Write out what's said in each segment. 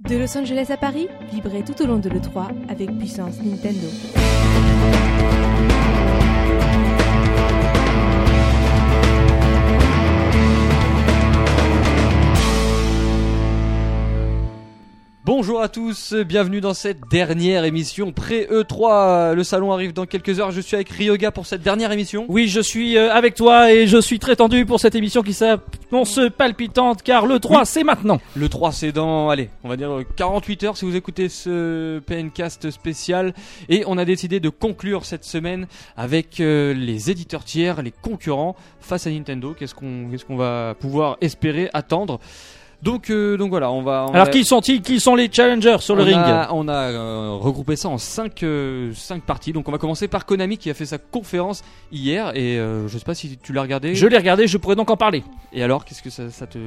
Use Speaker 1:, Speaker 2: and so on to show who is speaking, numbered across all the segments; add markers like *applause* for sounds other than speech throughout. Speaker 1: De Los Angeles à Paris, vibrez tout au long de l'E3 avec puissance Nintendo.
Speaker 2: Bonjour à tous, bienvenue dans cette dernière émission pré-E3. Le salon arrive dans quelques heures, je suis avec Ryoga pour cette dernière émission.
Speaker 3: Oui, je suis euh, avec toi et je suis très tendu pour cette émission qui s'annonce palpitante car le 3 c'est maintenant.
Speaker 2: Le 3 c'est dans, allez, on va dire euh, 48 heures si vous écoutez ce PNcast spécial. Et on a décidé de conclure cette semaine avec euh, les éditeurs tiers, les concurrents face à Nintendo. Qu'est-ce qu'on qu'est-ce qu'on va pouvoir espérer, attendre donc, euh, donc voilà, on va. on
Speaker 3: Alors
Speaker 2: a-
Speaker 3: qui sont-ils Qui sont les challengers sur le
Speaker 2: on
Speaker 3: ring
Speaker 2: A, on a euh, regroupé ça en 5 parties. Donc on va commencer par Konami qui a fait sa conférence hier et euh, je sais pas si tu l'as regardé.
Speaker 3: Je l'ai regardé, je pourrais donc en parler.
Speaker 2: Et alors qu'est-ce que ça, ça te Moi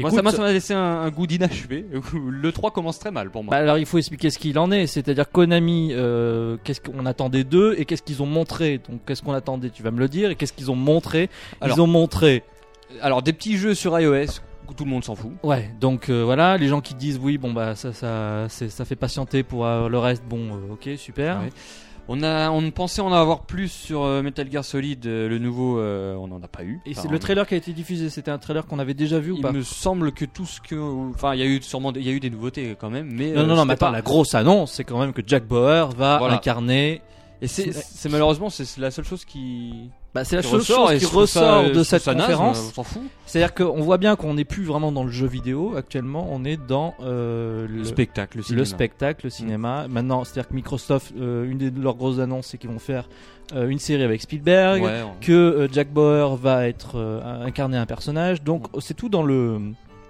Speaker 3: Écoute-
Speaker 2: ça m'a ça m'a laissé un, un goût d'inachevé. *laughs* Le 3 commence très mal pour moi.
Speaker 3: Bah, alors il faut expliquer ce qu'il en est, c'est-à-dire Konami, euh, qu'est-ce qu'on attendait d'eux et qu'est-ce qu'ils ont montré Donc qu'est-ce qu'on attendait Tu vas me le dire et qu'est-ce qu'ils ont montré
Speaker 2: Alors-
Speaker 3: Ils ont montré.
Speaker 2: alors des petits jeux sur iOS où tout le monde s'en fout.
Speaker 3: Ouais, donc euh, voilà, les gens qui disent oui, bon bah ça ça c'est- ça fait patienter pour euh, le reste. Bon, euh, ok, super.
Speaker 2: Ouais. On a on pensait en avoir plus sur euh, Metal Gear Solid euh, le nouveau euh, on en a pas eu.
Speaker 3: Et c'est
Speaker 2: Enfin,
Speaker 3: le trailer qui a été diffusé, c'était un trailer qu'on avait déjà vu ou
Speaker 2: Il
Speaker 3: pas
Speaker 2: me semble que tout ce que enfin il y a eu sûrement des- il y a eu des nouveautés quand même mais
Speaker 3: Non,
Speaker 2: euh,
Speaker 3: non, non, mais
Speaker 2: c'était pas
Speaker 3: attends, la grosse annonce, c'est quand même que Jack Bauer va
Speaker 2: Voilà.
Speaker 3: incarner.
Speaker 2: Et c'est
Speaker 3: C'est-
Speaker 2: c'est malheureusement c'est la seule chose qui
Speaker 3: Bah, c'est la
Speaker 2: qui
Speaker 3: seule
Speaker 2: ressort,
Speaker 3: chose
Speaker 2: et
Speaker 3: qui
Speaker 2: je trouve ça-
Speaker 3: ressort
Speaker 2: je
Speaker 3: de
Speaker 2: trouve
Speaker 3: cette
Speaker 2: ça naze,
Speaker 3: conférence.
Speaker 2: on s'en fout.
Speaker 3: C'est-à-dire qu'on voit bien qu'on n'est plus vraiment dans le jeu vidéo actuellement, on est dans euh, le,
Speaker 2: Le spectacle, le
Speaker 3: le
Speaker 2: cinéma.
Speaker 3: spectacle, le cinéma. Maintenant, c'est-à-dire que Microsoft, euh, une de leurs grosses annonces, c'est qu'ils vont faire euh, une série avec Spielberg,
Speaker 2: Ouais, on-
Speaker 3: que euh, Jack Bauer va être euh, incarner un personnage. Donc, c'est tout dans le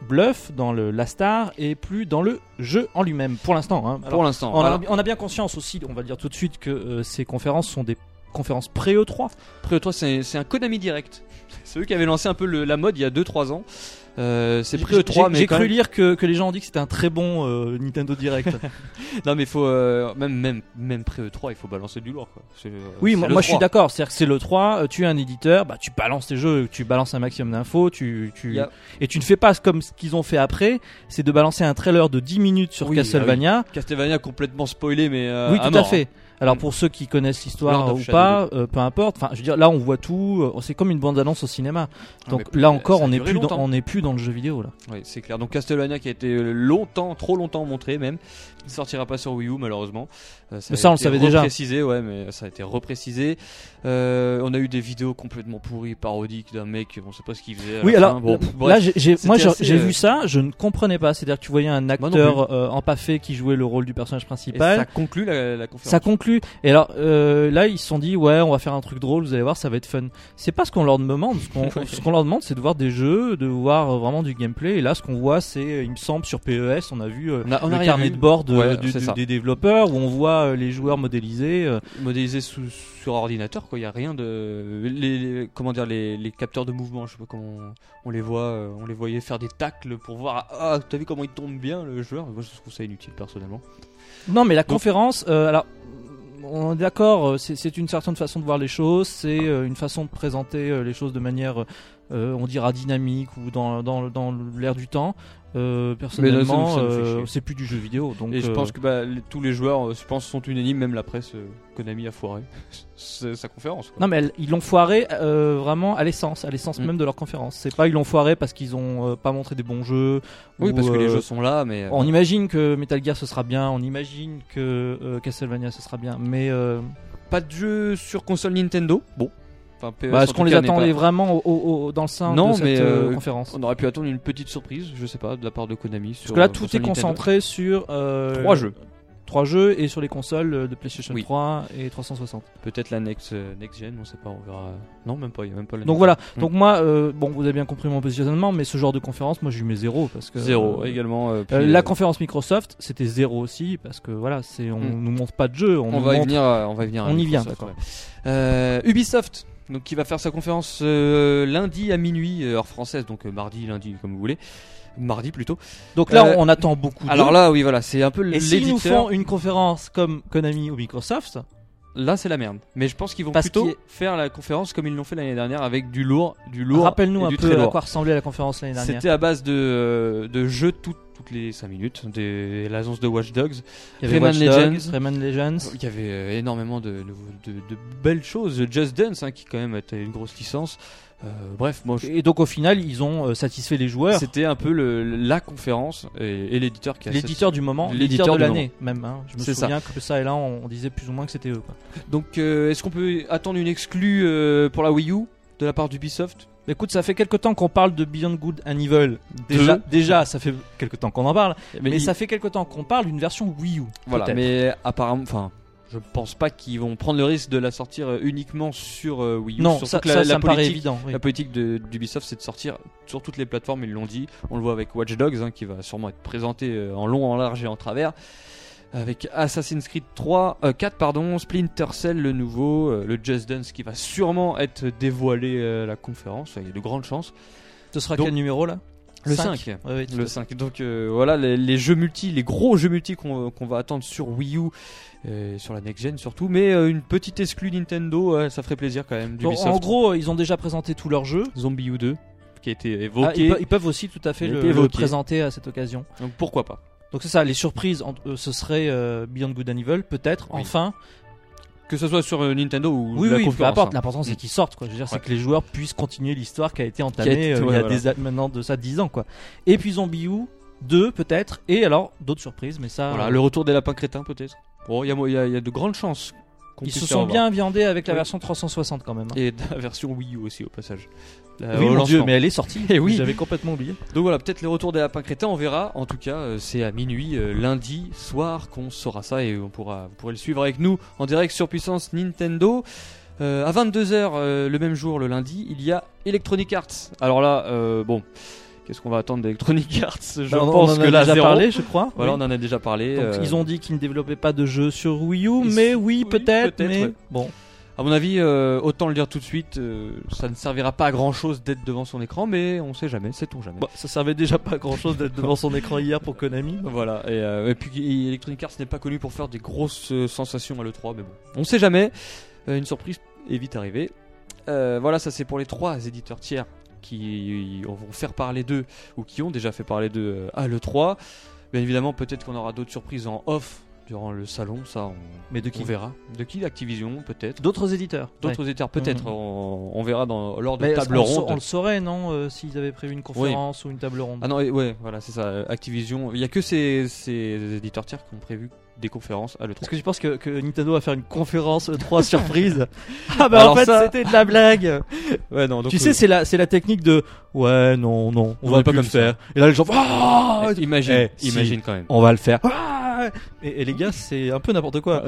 Speaker 3: bluff, dans le la star et plus dans le jeu en lui-même pour l'instant. hein. Alors,
Speaker 2: Pour l'instant.
Speaker 3: On a,
Speaker 2: Alors,
Speaker 3: on a bien conscience aussi, on va le dire tout de suite, que euh, ces conférences sont des conférences pré-E3.
Speaker 2: Après, toi, c'est c'est un Konami Direct. *laughs* C'est eux qui avaient lancé un peu le- la mode il y a 2-3 ans. Euh, c'est pré
Speaker 3: J'ai-
Speaker 2: E3,
Speaker 3: J'ai
Speaker 2: mais quand
Speaker 3: cru
Speaker 2: même-
Speaker 3: lire que, que les gens ont dit que c'était un très bon euh, Nintendo Direct.
Speaker 2: non, mais faut euh, même même même pré E3, il faut balancer du lourd. Quoi. C'est, euh,
Speaker 3: *laughs* oui,
Speaker 2: c'est
Speaker 3: moi,
Speaker 2: le
Speaker 3: moi, je suis
Speaker 2: 3.
Speaker 3: d'accord. C'est-à-dire que c'est le 3, euh, tu es un éditeur, bah, tu balances tes jeux, tu balances un maximum d'infos, tu, tu...
Speaker 2: Il y a-
Speaker 3: et tu ne fais pas comme ce qu'ils ont fait après, c'est de balancer un trailer de 10 minutes sur
Speaker 2: Oui,
Speaker 3: Castlevania.
Speaker 2: Castlevania complètement spoilé, mais euh,
Speaker 3: ah Oui, tout à,
Speaker 2: mort,
Speaker 3: fait.
Speaker 2: hein.
Speaker 3: Alors
Speaker 2: Mm.
Speaker 3: pour ceux qui
Speaker 2: Lord
Speaker 3: connaissent l'histoire
Speaker 2: of
Speaker 3: ou
Speaker 2: Shadow.
Speaker 3: pas, euh, peu importe. Enfin, je veux dire, là on voit tout. euh, C'est comme une bande annonce au cinéma.
Speaker 2: Ah,
Speaker 3: Donc
Speaker 2: mais
Speaker 3: là
Speaker 2: ça a
Speaker 3: encore, on n'est
Speaker 2: duré
Speaker 3: plus, dans-
Speaker 2: longtemps.
Speaker 3: on n'est plus dans le jeu vidéo là.
Speaker 2: Oui, c'est clair. Donc Castlevania qui a été euh, longtemps, trop longtemps montré même, il ne sortira pas sur Wii U malheureusement. Euh,
Speaker 3: Mais
Speaker 2: a
Speaker 3: ça, on
Speaker 2: été
Speaker 3: le savait déjà.
Speaker 2: reprécisé, ouais, mais ça a été reprécisé. Euh, on a eu des vidéos complètement pourries, parodiques d'un mec, on sait pas ce qu'il faisait. à
Speaker 3: Oui,
Speaker 2: la
Speaker 3: alors
Speaker 2: fin. bon, pff, bref.
Speaker 3: là, j'ai- j'ai- moi
Speaker 2: C'était
Speaker 3: j'ai
Speaker 2: assez,
Speaker 3: j'ai
Speaker 2: euh,
Speaker 3: vu ça, je ne comprenais pas. C'est-à-dire que tu voyais un
Speaker 2: non
Speaker 3: acteur euh, empaffé qui jouait le rôle du personnage
Speaker 2: Et
Speaker 3: principal.
Speaker 2: ça conclut la, la conférence.
Speaker 3: Ça conclut. Et alors euh, là, ils se sont dit ouais, on va faire un truc drôle. Vous allez voir, ça va être fun. C'est pas ce qu'on leur demande. Ce
Speaker 2: *laughs*
Speaker 3: qu'on
Speaker 2: Ouais.
Speaker 3: ce qu'on leur demande, c'est de voir des jeux, de voir euh, vraiment du gameplay. Et là, ce qu'on voit, c'est, il me semble, sur PES, on a vu euh,
Speaker 2: On a, on a
Speaker 3: le
Speaker 2: rien
Speaker 3: carnet
Speaker 2: vu.
Speaker 3: de bord de-
Speaker 2: Ouais,
Speaker 3: du-
Speaker 2: c'est
Speaker 3: du-
Speaker 2: ça.
Speaker 3: des développeurs où on voit euh, les joueurs modélisés. euh.
Speaker 2: modélisé sous, sur ordinateur quoi il y a rien de les, les- comment dire les, les capteurs de mouvement je sais pas comment on, on les voit euh, on les voyait faire des tacles pour voir ah t'as vu comment il tombe bien le joueur moi je trouve ça inutile personnellement
Speaker 3: Non, mais la conférence, euh, alors. On est d'accord, euh, c'est- c'est une certaine façon de voir les choses, c'est euh, une façon de présenter euh, les choses de manière, euh, on dira, dynamique ou dans, dans, dans l'air du temps. Euh, personnellement,
Speaker 2: ça nous fait
Speaker 3: euh,
Speaker 2: chier.
Speaker 3: c'est plus du jeu vidéo. Donc,
Speaker 2: et je
Speaker 3: euh,
Speaker 2: pense que bah, les- tous les joueurs euh, je pense sont unanimes même la presse euh, Konami a foiré *laughs* sa sa conférence quoi.
Speaker 3: Non, mais elles- ils l'ont foiré euh, vraiment à l'essence, à l'essence
Speaker 2: Mm.
Speaker 3: même de leur conférence. C'est pas ils l'ont foiré parce qu'ils ont euh, pas montré des bons jeux.
Speaker 2: oui
Speaker 3: ou,
Speaker 2: parce que les
Speaker 3: euh,
Speaker 2: jeux sont là mais euh,
Speaker 3: On imagine que Metal Gear ce sera bien, on imagine que euh, Castlevania ce sera bien, mais euh,
Speaker 2: pas de jeux sur console Nintendo bon Enfin, PES,
Speaker 3: bah,
Speaker 2: en
Speaker 3: est-ce
Speaker 2: tout
Speaker 3: qu'on les
Speaker 2: cas, n'est
Speaker 3: attendait
Speaker 2: pas-
Speaker 3: vraiment au- au- au- dans le sein
Speaker 2: Non,
Speaker 3: de cette
Speaker 2: mais,
Speaker 3: euh,
Speaker 2: euh,
Speaker 3: conférence
Speaker 2: on aurait pu attendre une petite surprise je sais pas de la part de Konami euh,
Speaker 3: Parce que là tout est concentré sur euh,
Speaker 2: trois jeux
Speaker 3: trois jeux et sur les consoles euh, de PlayStation
Speaker 2: Oui.
Speaker 3: 3 et 360.
Speaker 2: Peut-être la next, euh, next gen, on sait pas, on verra. Non, même pas, il y a même pas la
Speaker 3: Donc
Speaker 2: next
Speaker 3: voilà,
Speaker 2: Mm.
Speaker 3: donc moi, euh, bon, vous avez bien compris mon positionnement, mais ce genre de conférence, moi, j'ai mis zéro parce que
Speaker 2: gen. Zéro
Speaker 3: euh,
Speaker 2: également. euh, puis,
Speaker 3: euh,
Speaker 2: euh,
Speaker 3: la conférence Microsoft, c'était zéro aussi parce que voilà, c'est on
Speaker 2: Mm.
Speaker 3: nous montre pas de jeu, on,
Speaker 2: on,
Speaker 3: nous
Speaker 2: va y
Speaker 3: montre-
Speaker 2: venir, euh, on va y venir. à
Speaker 3: on y vient,
Speaker 2: Microsoft, ouais. Euh, Ubisoft, donc qui va faire sa conférence euh, lundi à minuit, euh, heure française, donc euh, mardi, lundi, comme vous voulez. Mardi plutôt.
Speaker 3: Donc là,
Speaker 2: Euh,
Speaker 3: on attend beaucoup. d'eux.
Speaker 2: Alors là, oui, voilà, c'est un peu
Speaker 3: Et s'ils nous
Speaker 2: l'éditeur.
Speaker 3: font une conférence comme Konami ou Microsoft,
Speaker 2: là c'est la merde. Mais je pense qu'ils vont
Speaker 3: Parce
Speaker 2: plutôt
Speaker 3: qu'il-
Speaker 2: faire la conférence comme ils l'ont fait l'année dernière avec du lourd, du lourd.
Speaker 3: Rappelle-nous
Speaker 2: et
Speaker 3: un
Speaker 2: du
Speaker 3: peu
Speaker 2: très
Speaker 3: à
Speaker 2: lourd.
Speaker 3: quoi ressemblait la conférence l'année dernière.
Speaker 2: C'était à base de, euh, de jeux tout- toutes les 5 minutes, des, l'annonce de Watch Dogs.
Speaker 3: Il y avait
Speaker 2: Rayman
Speaker 3: Watch Dogs,
Speaker 2: Legends.
Speaker 3: Rayman Legends.
Speaker 2: Il y avait euh, énormément de, de- de belles choses. Just Dance, hein, qui quand même était une grosse licence. Euh, bref, moi je
Speaker 3: Et donc au final, ils ont euh, satisfait les joueurs,
Speaker 2: C'était un peu le- la conférence et, et l'éditeur qui a
Speaker 3: l'éditeur du moment,
Speaker 2: L'éditeur
Speaker 3: l'éditeur de
Speaker 2: du
Speaker 3: l'année même. hein. Je me
Speaker 2: C'est ça.
Speaker 3: souviens que ça et là, on, on disait plus ou moins que c'était eux. quoi.
Speaker 2: Donc euh, est-ce qu'on peut attendre une exclue euh, pour la Wii U de la part d'Ubisoft
Speaker 3: Bah, Écoute, ça fait quelque temps qu'on parle de Beyond Good and Evil. Déjà,
Speaker 2: Deux.
Speaker 3: déjà, ça fait quelque temps qu'on en parle. Mais,
Speaker 2: il-
Speaker 3: ça fait quelque temps qu'on parle d'une version Wii U.
Speaker 2: voilà,
Speaker 3: peut-être.
Speaker 2: mais apparemment enfin je pense pas qu'ils vont prendre le risque de la sortir euh, uniquement sur euh, Wii U.
Speaker 3: non,
Speaker 2: Surtout
Speaker 3: ça,
Speaker 2: que la,
Speaker 3: ça,
Speaker 2: la
Speaker 3: ça me paraît
Speaker 2: politique-
Speaker 3: évident. oui.
Speaker 2: La politique de- d'Ubisoft, c'est de sortir sur toutes les plateformes, ils l'ont dit. On le voit avec Watch Dogs, hein, qui va sûrement être présenté euh, en long, en large et en travers. Avec Assassin's Creed 3, euh, 4, pardon, Splinter Cell, le nouveau, euh, le Just Dance qui va sûrement être dévoilé euh, à la conférence, il y a de grandes chances.
Speaker 3: Ce sera
Speaker 2: Donc-
Speaker 3: quel numéro là
Speaker 2: Le
Speaker 3: Cinq.
Speaker 2: 5.
Speaker 3: Ouais, ouais, tout à
Speaker 2: Le
Speaker 3: fait.
Speaker 2: 5. Donc euh, voilà, les, les jeux multi, les gros jeux multi qu'on qu'on va attendre sur Wii U, euh, sur la next-gen surtout, mais euh, une petite exclue Nintendo, euh, ça ferait plaisir quand même.
Speaker 3: Bon,
Speaker 2: d'Ubisoft.
Speaker 3: en gros, euh, ils ont déjà présenté tous leurs jeux.
Speaker 2: Zombie U2, qui a été
Speaker 3: Ah,
Speaker 2: évoqué.
Speaker 3: ils, pe- ils peuvent aussi tout à fait
Speaker 2: Il a
Speaker 3: le,
Speaker 2: été
Speaker 3: le
Speaker 2: évoqué.
Speaker 3: présenter à cette occasion.
Speaker 2: Donc pourquoi pas
Speaker 3: Donc c'est ça, les surprises, en- euh, ce serait euh, Beyond Good and Evil, peut-être,
Speaker 2: Oui.
Speaker 3: enfin.
Speaker 2: Que ce soit sur euh, Nintendo ou
Speaker 3: Oui,
Speaker 2: la
Speaker 3: oui, peu
Speaker 2: conférence.
Speaker 3: importe.
Speaker 2: hein.
Speaker 3: L'important c'est qu'ils sortent, quoi. Je veux dire, c'est
Speaker 2: Ouais.
Speaker 3: que les joueurs puissent continuer l'histoire qui a été
Speaker 2: Qui a
Speaker 3: entamée
Speaker 2: été-
Speaker 3: euh, il y
Speaker 2: ouais,
Speaker 3: a
Speaker 2: voilà.
Speaker 3: des a- maintenant de ça 10 ans, quoi. Et puis Zombie U 2, peut-être, et alors d'autres surprises, mais ça.
Speaker 2: Voilà,
Speaker 3: euh,
Speaker 2: le retour des lapins crétins peut-être. Bon, il y a, il y a- il y a de grandes chances. qu'on
Speaker 3: ils
Speaker 2: puisse
Speaker 3: se
Speaker 2: faire
Speaker 3: sont bien viandés avec la
Speaker 2: Oui.
Speaker 3: version 360 quand même. hein.
Speaker 2: voir. Et de la version Wii U aussi au passage. La-
Speaker 3: oui,
Speaker 2: Euh, au
Speaker 3: mon dieu,
Speaker 2: lancement.
Speaker 3: mais elle est sortie.
Speaker 2: Eh oui.
Speaker 3: J'avais complètement oublié.
Speaker 2: Donc voilà, peut-être le retour des lapins crétins, on verra. En tout cas, euh, c'est à minuit euh, lundi soir qu'on saura ça et on pourra, vous pourrez le suivre avec nous en direct sur Puissance Nintendo. Euh, à 22h le même jour, le lundi, il y a Electronic Arts. Alors là, euh, bon, qu'est-ce qu'on va attendre d'Electronic Arts Je
Speaker 3: Bah, on- on
Speaker 2: pense
Speaker 3: en
Speaker 2: que
Speaker 3: a
Speaker 2: là,
Speaker 3: déjà
Speaker 2: zéro.
Speaker 3: parlé, je crois.
Speaker 2: Voilà,
Speaker 3: Oui.
Speaker 2: on en a déjà parlé.
Speaker 3: Donc,
Speaker 2: euh,
Speaker 3: ils ont dit qu'ils ne développaient pas de jeu sur Wii U,
Speaker 2: ils-
Speaker 3: mais
Speaker 2: oui,
Speaker 3: oui, peut-être.
Speaker 2: peut-être,
Speaker 3: mais
Speaker 2: ouais.
Speaker 3: bon,
Speaker 2: À mon avis, euh, autant le dire tout de suite, euh, ça ne servira pas à grand chose d'être devant son écran, mais on sait jamais, sait-on jamais.
Speaker 3: Bon, ça servait déjà pas à grand chose d'être devant son écran hier pour Konami.
Speaker 2: Voilà, et, euh, et puis Electronic Arts n'est pas connu pour faire des grosses euh, sensations à l'E3, mais bon, on sait jamais. Euh, une surprise est vite arrivée. Euh, voilà, ça c'est pour les trois éditeurs tiers qui vont faire parler d'eux ou qui ont déjà fait parler d'eux euh, à l'E3. Bien évidemment, peut-être qu'on aura d'autres surprises en off durant le salon, ça on,
Speaker 3: Mais de
Speaker 2: on verra. De qui Activision, peut-être.
Speaker 3: D'autres éditeurs.
Speaker 2: D'autres éditeurs, peut-être.
Speaker 3: Mhm.
Speaker 2: On, on verra dans, lors de
Speaker 3: Mais
Speaker 2: table
Speaker 3: on le sa-
Speaker 2: ronde.
Speaker 3: On le saurait, non, euh, s'ils avaient prévu une conférence ou une table ronde.
Speaker 2: Ah non, et- ouais, voilà, c'est ça. euh, Activision, il y a que ces, ces éditeurs tiers qui ont prévu des conférences à l'E3.
Speaker 3: Est-ce que tu penses que, que Nintendo va faire une conférence *laughs* 3 surprise Ah bah
Speaker 2: Alors
Speaker 3: en fait
Speaker 2: ça-
Speaker 3: c'était de la blague
Speaker 2: Ouais, non, donc,
Speaker 3: *laughs* Tu
Speaker 2: euh,
Speaker 3: sais c'est la, c'est la technique de ouais non non on,
Speaker 2: On
Speaker 3: va
Speaker 2: va
Speaker 3: pas
Speaker 2: pas
Speaker 3: le
Speaker 2: comme ça.
Speaker 3: faire et là les gens font, Ah
Speaker 2: eh, imagine,
Speaker 3: eh, si.
Speaker 2: imagine quand même.
Speaker 3: on va le faire Ah et, et les gars c'est un peu n'importe quoi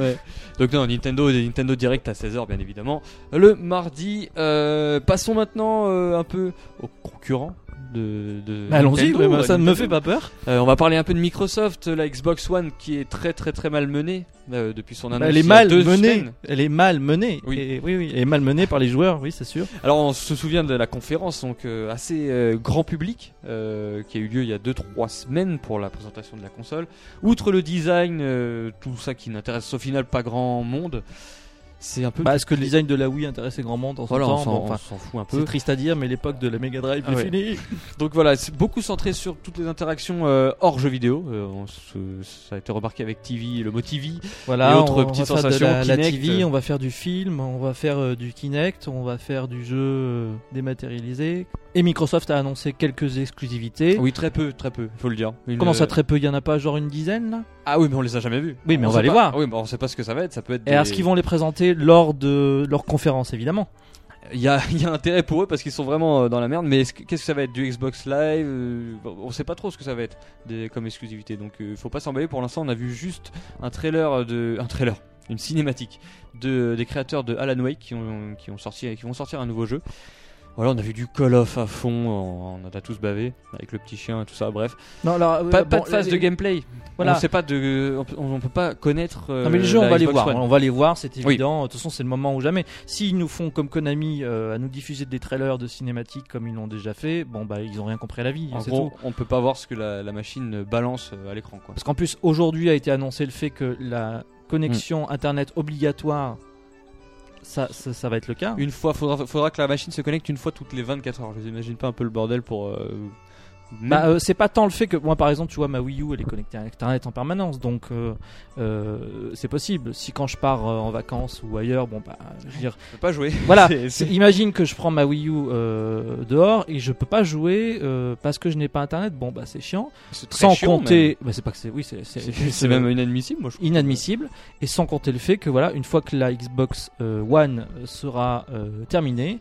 Speaker 2: Donc non, Nintendo, Nintendo Direct à 16h bien évidemment. Le mardi, euh, passons maintenant euh, un peu aux concurrents de, de
Speaker 3: Mais Bah, Allons-y
Speaker 2: Nintendo,
Speaker 3: gros,
Speaker 2: à
Speaker 3: ça ne me
Speaker 2: Nintendo.
Speaker 3: fait pas peur
Speaker 2: Euh, on va parler un peu de Microsoft, la Xbox One qui est très très très mal menée euh, depuis son annonce.
Speaker 3: Bah, elle
Speaker 2: il
Speaker 3: est
Speaker 2: y a
Speaker 3: mal
Speaker 2: deux
Speaker 3: menée
Speaker 2: semaines.
Speaker 3: elle est mal menée
Speaker 2: Oui.
Speaker 3: Et- oui oui elle est mal menée par les joueurs oui c'est sûr
Speaker 2: Alors on se souvient de la conférence donc euh, assez euh, grand public euh, qui a eu lieu il y a 2-3 semaines pour la présentation de la console. Outre le design, euh, tout ça qui n'intéresse au final pas grand monde, c'est un peu...
Speaker 3: Bah, est-ce que le design de la Wii intéressait grand monde en
Speaker 2: voilà,
Speaker 3: son
Speaker 2: on
Speaker 3: temps
Speaker 2: s'en
Speaker 3: Bon, enfin,
Speaker 2: on s'en fout un
Speaker 3: C'est
Speaker 2: peu.
Speaker 3: triste à dire, mais l'époque de la Mega Drive
Speaker 2: Ah
Speaker 3: est
Speaker 2: ouais.
Speaker 3: finie.
Speaker 2: Donc voilà, c'est beaucoup centré sur toutes les interactions euh, hors jeu vidéo. Euh, on se- ça a été remarqué avec TV, le mot TV.
Speaker 3: Voilà,
Speaker 2: Et autre
Speaker 3: on- on,
Speaker 2: petite
Speaker 3: va faire de
Speaker 2: sensation,
Speaker 3: la, la
Speaker 2: Kinect.
Speaker 3: TV, on va faire du film, on va faire euh, du Kinect, on va faire du jeu euh, dématérialisé. Et Microsoft a annoncé quelques exclusivités.
Speaker 2: Oui, euh, très peu, très peu, faut le dire. Une-
Speaker 3: Comment ça très peu Il y en a pas genre une dizaine là
Speaker 2: Ah oui, mais on les a jamais vus.
Speaker 3: Oui, mais on
Speaker 2: sait
Speaker 3: va les
Speaker 2: pas-
Speaker 3: voir.
Speaker 2: Oui, mais on sait pas ce que ça va être. Ça peut être.
Speaker 3: Et est-ce
Speaker 2: des-
Speaker 3: qu'ils vont les présenter lors de leur conférence évidemment
Speaker 2: Il y a, *laughs* il y a intérêt pour eux parce qu'ils sont vraiment euh, dans la merde. Mais est-ce que- qu'est-ce que ça va être du Xbox Live euh, bon, On sait pas trop ce que ça va être des- comme exclusivité. Donc euh, faut pas s'emballer. Pour l'instant, on a vu juste un trailer de un trailer, une cinématique de des créateurs de Alan Wake qui ont qui ont sorti qui vont sortir un nouveau jeu. Voilà, on a vu du Call of à fond. On, on en a tous bavé avec le petit chien et tout ça. Bref,
Speaker 3: Non, alors euh,
Speaker 2: pas, pas de phase de gameplay.
Speaker 3: Voilà.
Speaker 2: On sait pas de, on, peut- on peut pas connaître. euh,
Speaker 3: Non mais les jeux
Speaker 2: la
Speaker 3: on va les
Speaker 2: Xbox
Speaker 3: voir,
Speaker 2: One.
Speaker 3: on va les voir, c'est
Speaker 2: Oui.
Speaker 3: évident. De toute façon c'est le moment ou jamais. S'ils nous font comme Konami euh, à nous diffuser des trailers de cinématiques comme ils l'ont déjà fait, bon bah ils ont rien compris à la vie.
Speaker 2: En
Speaker 3: c'est
Speaker 2: gros,
Speaker 3: tout.
Speaker 2: on peut pas voir ce que la, la machine balance euh, à l'écran. quoi. Hmm.
Speaker 3: Parce qu'en plus aujourd'hui a été annoncé le fait que la connexion internet obligatoire ça, ça, ça va être le cas.
Speaker 2: Une fois, faudra, faudra que la machine se connecte une fois toutes les 24 heures. Je vous imagine pas un peu le bordel pour. euh,
Speaker 3: Bah, euh, c'est pas tant le fait que moi par exemple tu vois ma Wii U elle est connectée à internet en permanence donc euh, euh, c'est possible si quand je pars euh, en vacances ou ailleurs bon bah je veux dire
Speaker 2: on peut pas jouer.
Speaker 3: *laughs* voilà
Speaker 2: C'est- c'est-
Speaker 3: imagine que je prends ma Wii U euh, dehors et je peux pas jouer euh, parce que je n'ai pas internet bon bah c'est chiant
Speaker 2: c'est très
Speaker 3: sans
Speaker 2: chiant,
Speaker 3: compter bah, c'est pas que c'est oui c'est
Speaker 2: même.
Speaker 3: c'est
Speaker 2: C'est
Speaker 3: juste,
Speaker 2: c'est
Speaker 3: euh,
Speaker 2: même inadmissible, moi je trouve.
Speaker 3: inadmissible et sans compter le fait que voilà une fois que la Xbox euh, One sera euh, terminée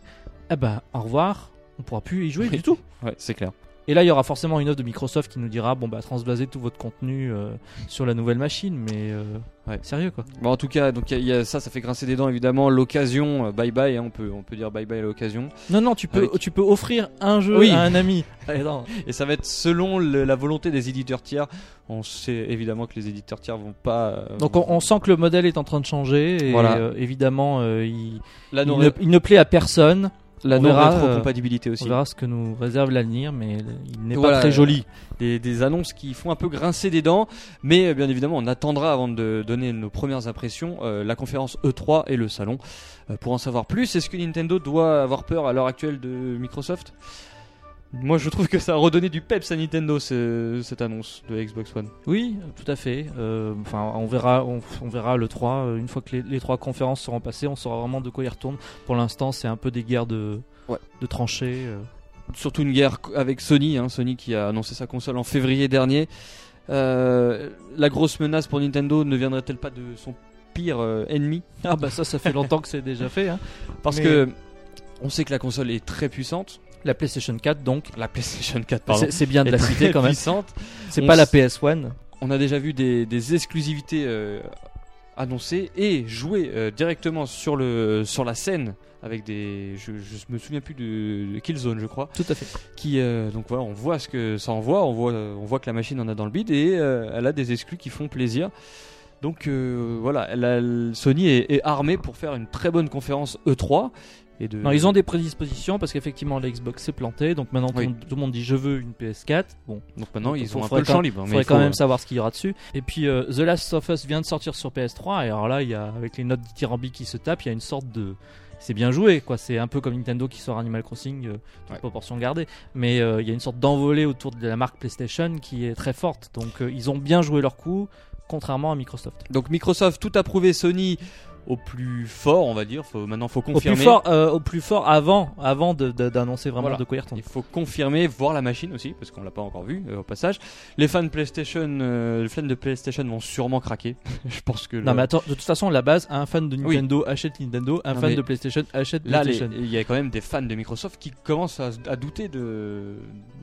Speaker 3: ah bah au revoir on pourra plus y jouer
Speaker 2: Oui.
Speaker 3: du tout
Speaker 2: Ouais, c'est clair.
Speaker 3: et là, il y aura forcément une offre de Microsoft qui nous dira bon bah transblaser tout votre contenu euh, sur la nouvelle machine, mais euh,
Speaker 2: Ouais.
Speaker 3: sérieux quoi.
Speaker 2: Bon, en tout cas, donc il y a- il y a ça, ça fait grincer des dents évidemment. L'occasion, euh, bye bye, hein, on peut, on peut dire bye bye à l'occasion.
Speaker 3: Non non, tu peux
Speaker 2: Avec-
Speaker 3: tu peux offrir un jeu
Speaker 2: Oui. Ah,
Speaker 3: à
Speaker 2: *laughs*
Speaker 3: un ami. Eh non.
Speaker 2: Et ça va être selon le- la volonté des éditeurs tiers. On sait évidemment que les éditeurs tiers vont pas. euh,
Speaker 3: Donc on, on sent que le modèle est en train de changer et
Speaker 2: Voilà.
Speaker 3: euh, évidemment euh, il,
Speaker 2: la
Speaker 3: il
Speaker 2: non,
Speaker 3: ne, il ne plaît à personne.
Speaker 2: la
Speaker 3: on
Speaker 2: non
Speaker 3: verra, euh,
Speaker 2: rétrocompatibilité aussi.
Speaker 3: On verra ce que nous réserve l'avenir, mais il n'est
Speaker 2: Voilà,
Speaker 3: pas très
Speaker 2: euh,
Speaker 3: joli.
Speaker 2: Des, des annonces qui font un peu grincer des dents, mais euh, bien évidemment, on attendra avant de donner nos premières impressions euh, la conférence E3 et le salon euh, pour en savoir plus. Est-ce que Nintendo doit avoir peur à l'heure actuelle de Microsoft Moi, je trouve que ça a redonné du peps à Nintendo ce- cette annonce de Xbox One.
Speaker 3: Oui, tout à fait. Euh, Enfin, on verra, on, on verra le 3 euh, une fois que les, les trois conférences seront passées, on saura vraiment de quoi il retourne. Pour l'instant, c'est un peu des guerres de
Speaker 2: Ouais.
Speaker 3: de tranchées. euh.
Speaker 2: surtout une guerre co- avec Sony, hein, Sony qui a annoncé sa console en février dernier. Euh, la grosse menace pour Nintendo ne viendrait-elle pas de son pire euh, ennemi
Speaker 3: Ah bah ça, ça fait longtemps que c'est déjà fait. Hein.
Speaker 2: Parce
Speaker 3: Mais-
Speaker 2: que on sait que la console est très puissante,
Speaker 3: La PlayStation 4 donc,
Speaker 2: la PlayStation 4 pardon,
Speaker 3: c'est c'est bien de
Speaker 2: est
Speaker 3: la
Speaker 2: très
Speaker 3: citer quand même.
Speaker 2: puissante.
Speaker 3: C'est
Speaker 2: On
Speaker 3: pas la
Speaker 2: s-
Speaker 3: PS1.
Speaker 2: On a déjà vu des, des exclusivités euh, annoncées et jouées euh, directement sur le sur la scène avec des je, je me souviens plus de, de Killzone je crois.
Speaker 3: Tout à fait.
Speaker 2: qui euh, donc voilà on voit ce que ça envoie on voit euh, on voit que la machine en a dans le bide et euh, elle a des exclus qui font plaisir donc euh, voilà elle a- l- Sony est, est armée pour faire une très bonne conférence E3 et de
Speaker 3: Non, ils ont des prédispositions parce qu'effectivement la Xbox s'est plantée, donc maintenant tout
Speaker 2: Oui.
Speaker 3: le monde- tout le monde dit je veux une PS4. Bon,
Speaker 2: donc maintenant
Speaker 3: Donc,
Speaker 2: ils ont un peu
Speaker 3: faudrait
Speaker 2: le champ libre
Speaker 3: il
Speaker 2: mais
Speaker 3: faudrait
Speaker 2: il faut,
Speaker 3: quand même
Speaker 2: euh,
Speaker 3: savoir ce qu'il y aura dessus. Et puis euh, The Last of Us vient de sortir sur PS3 et alors là, il y a avec les notes dithyrambiques qui se tapent, il y a une sorte de c'est bien joué quoi, c'est un peu comme Nintendo qui sort Animal Crossing, euh, toute
Speaker 2: Ouais.
Speaker 3: proportion gardée, mais euh, il y a une sorte d'envolée autour de la marque PlayStation qui est très forte. Donc euh, ils ont bien joué leur coup contrairement à Microsoft.
Speaker 2: donc Microsoft tout approuvé Sony au plus fort on va dire faut maintenant faut
Speaker 3: Au plus
Speaker 2: confirmer
Speaker 3: fort euh, au plus fort avant avant de- de- d'annoncer vraiment
Speaker 2: Voilà.
Speaker 3: de quoi il retourne.
Speaker 2: Il faut confirmer, voir la machine aussi, parce qu'on l'a pas encore vu euh, au passage. Les fans de PlayStation, euh, les fans de PlayStation vont sûrement craquer. *laughs* Je pense que le-
Speaker 3: Non mais attends, de toute façon la base, un fan de
Speaker 2: Oui.
Speaker 3: Nintendo achète Nintendo, un
Speaker 2: Non,
Speaker 3: fan
Speaker 2: mais
Speaker 3: de PlayStation achète
Speaker 2: Là, les-
Speaker 3: PlayStation.
Speaker 2: il y a quand même des fans de Microsoft qui commencent à, à douter de,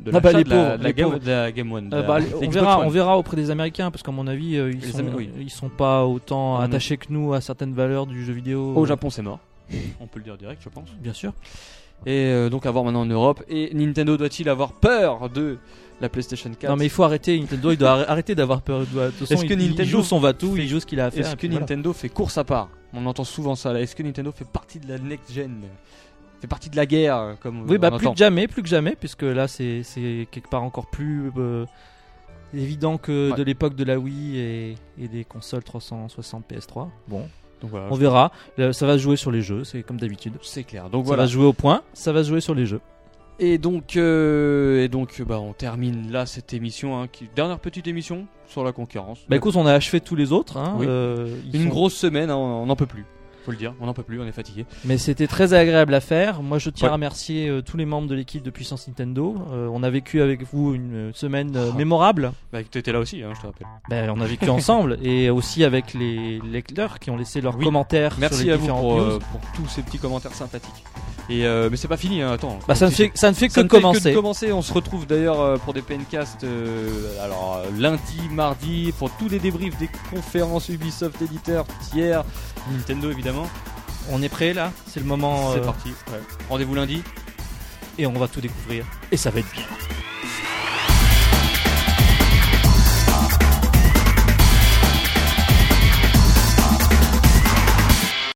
Speaker 2: de
Speaker 3: Ah bah,
Speaker 2: l'achat
Speaker 3: les
Speaker 2: de, la,
Speaker 3: pauvres,
Speaker 2: de la
Speaker 3: les
Speaker 2: Game,
Speaker 3: pauvres.
Speaker 2: de la Game One. de
Speaker 3: Euh,
Speaker 2: la
Speaker 3: bah, allez, on,
Speaker 2: Xbox
Speaker 3: verra,
Speaker 2: One.
Speaker 3: on verra auprès des Américains parce qu'à mon avis euh, ils,
Speaker 2: Les
Speaker 3: sont,
Speaker 2: Amé- oui.
Speaker 3: ils sont pas autant
Speaker 2: À mon
Speaker 3: attachés que nous à certaines valeurs du jeu vidéo. euh,
Speaker 2: Au Japon, c'est mort. On peut le dire direct, je pense.
Speaker 3: Bien sûr.
Speaker 2: Et euh, donc, à voir maintenant en Europe. Et Nintendo doit-il avoir peur de la PlayStation 4
Speaker 3: Non mais il faut arrêter Nintendo, il doit arr- arrêter d'avoir peur. il doit- de toute façon,
Speaker 2: Est-ce que
Speaker 3: il, il
Speaker 2: Nintendo
Speaker 3: joue son va-tout,
Speaker 2: fait-
Speaker 3: il joue ce qu'il a à faire.
Speaker 2: Est-ce
Speaker 3: et
Speaker 2: que
Speaker 3: puis voilà.
Speaker 2: Nintendo fait course à part On entend souvent ça. là. Est-ce que Nintendo fait partie de la next-gen Fait partie de la guerre euh, comme on
Speaker 3: Oui bah plus
Speaker 2: entend.
Speaker 3: que jamais, plus que jamais puisque là c'est c'est quelque part encore plus euh, évident que
Speaker 2: Ouais.
Speaker 3: de l'époque de la Wii et, et des consoles 360 PS3. Bon,
Speaker 2: Donc voilà,
Speaker 3: on verra. Là, ça va se jouer sur les jeux, c'est comme d'habitude.
Speaker 2: c'est clair. Donc
Speaker 3: Ça
Speaker 2: voilà.
Speaker 3: va se jouer au point, ça va se jouer sur les jeux.
Speaker 2: Et donc, euh, et donc bah, on termine là cette émission. hein, qui... Dernière petite émission sur la concurrence.
Speaker 3: Bah écoute, on a achevé tous les autres. Hein,
Speaker 2: Oui.
Speaker 3: euh, ils
Speaker 2: Une
Speaker 3: sont-
Speaker 2: grosse semaine, hein, on n'en peut plus. Faut le dire, on n'en peut plus, on est fatigué.
Speaker 3: Mais c'était très agréable à faire. Moi, je
Speaker 2: Ouais.
Speaker 3: tiens à remercier euh, tous les membres de l'équipe de Puissance Nintendo. Euh, on a vécu avec vous une euh, semaine euh,
Speaker 2: Ah.
Speaker 3: mémorable.
Speaker 2: Bah, t'étais là aussi, hein, je te rappelle.
Speaker 3: Ben, on a vécu
Speaker 2: *laughs*
Speaker 3: ensemble et aussi avec les lecteurs qui ont laissé leurs
Speaker 2: Oui.
Speaker 3: commentaires sur
Speaker 2: Merci
Speaker 3: les
Speaker 2: à vous
Speaker 3: différentes
Speaker 2: pour,
Speaker 3: news.
Speaker 2: euh, pour tous ces petits commentaires sympathiques. Et euh, mais c'est pas fini, hein, attends.
Speaker 3: Bah, ça ne fait, ça ne fait
Speaker 2: Ça
Speaker 3: que
Speaker 2: ne fait
Speaker 3: commencer.
Speaker 2: de commencer. On se retrouve d'ailleurs euh, pour des pencasts euh, alors euh, lundi, mardi, pour tous les débriefs des conférences Ubisoft éditeurs, tiers, Nintendo évidemment.
Speaker 3: On est prêt là, c'est le moment
Speaker 2: C'est
Speaker 3: euh,
Speaker 2: parti. Rendez-vous lundi.
Speaker 3: et on va tout découvrir. Et ça va être bien.